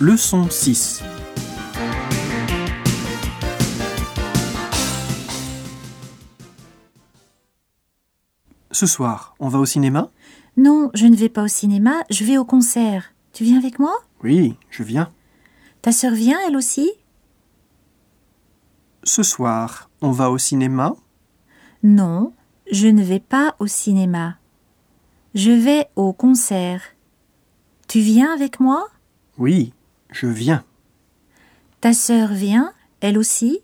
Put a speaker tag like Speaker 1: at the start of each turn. Speaker 1: Leçon 6 Ce soir, on va au cinéma
Speaker 2: Non, je ne vais pas au cinéma, je vais au concert. Tu viens avec moi
Speaker 1: Oui, je viens.
Speaker 2: Ta sœur vient, elle aussi
Speaker 1: Ce soir, on va au cinéma
Speaker 2: Non, je ne vais pas au cinéma. Je vais au concert. Tu viens avec moi
Speaker 1: Oui, je viens.
Speaker 2: Ta sœur vient, elle aussi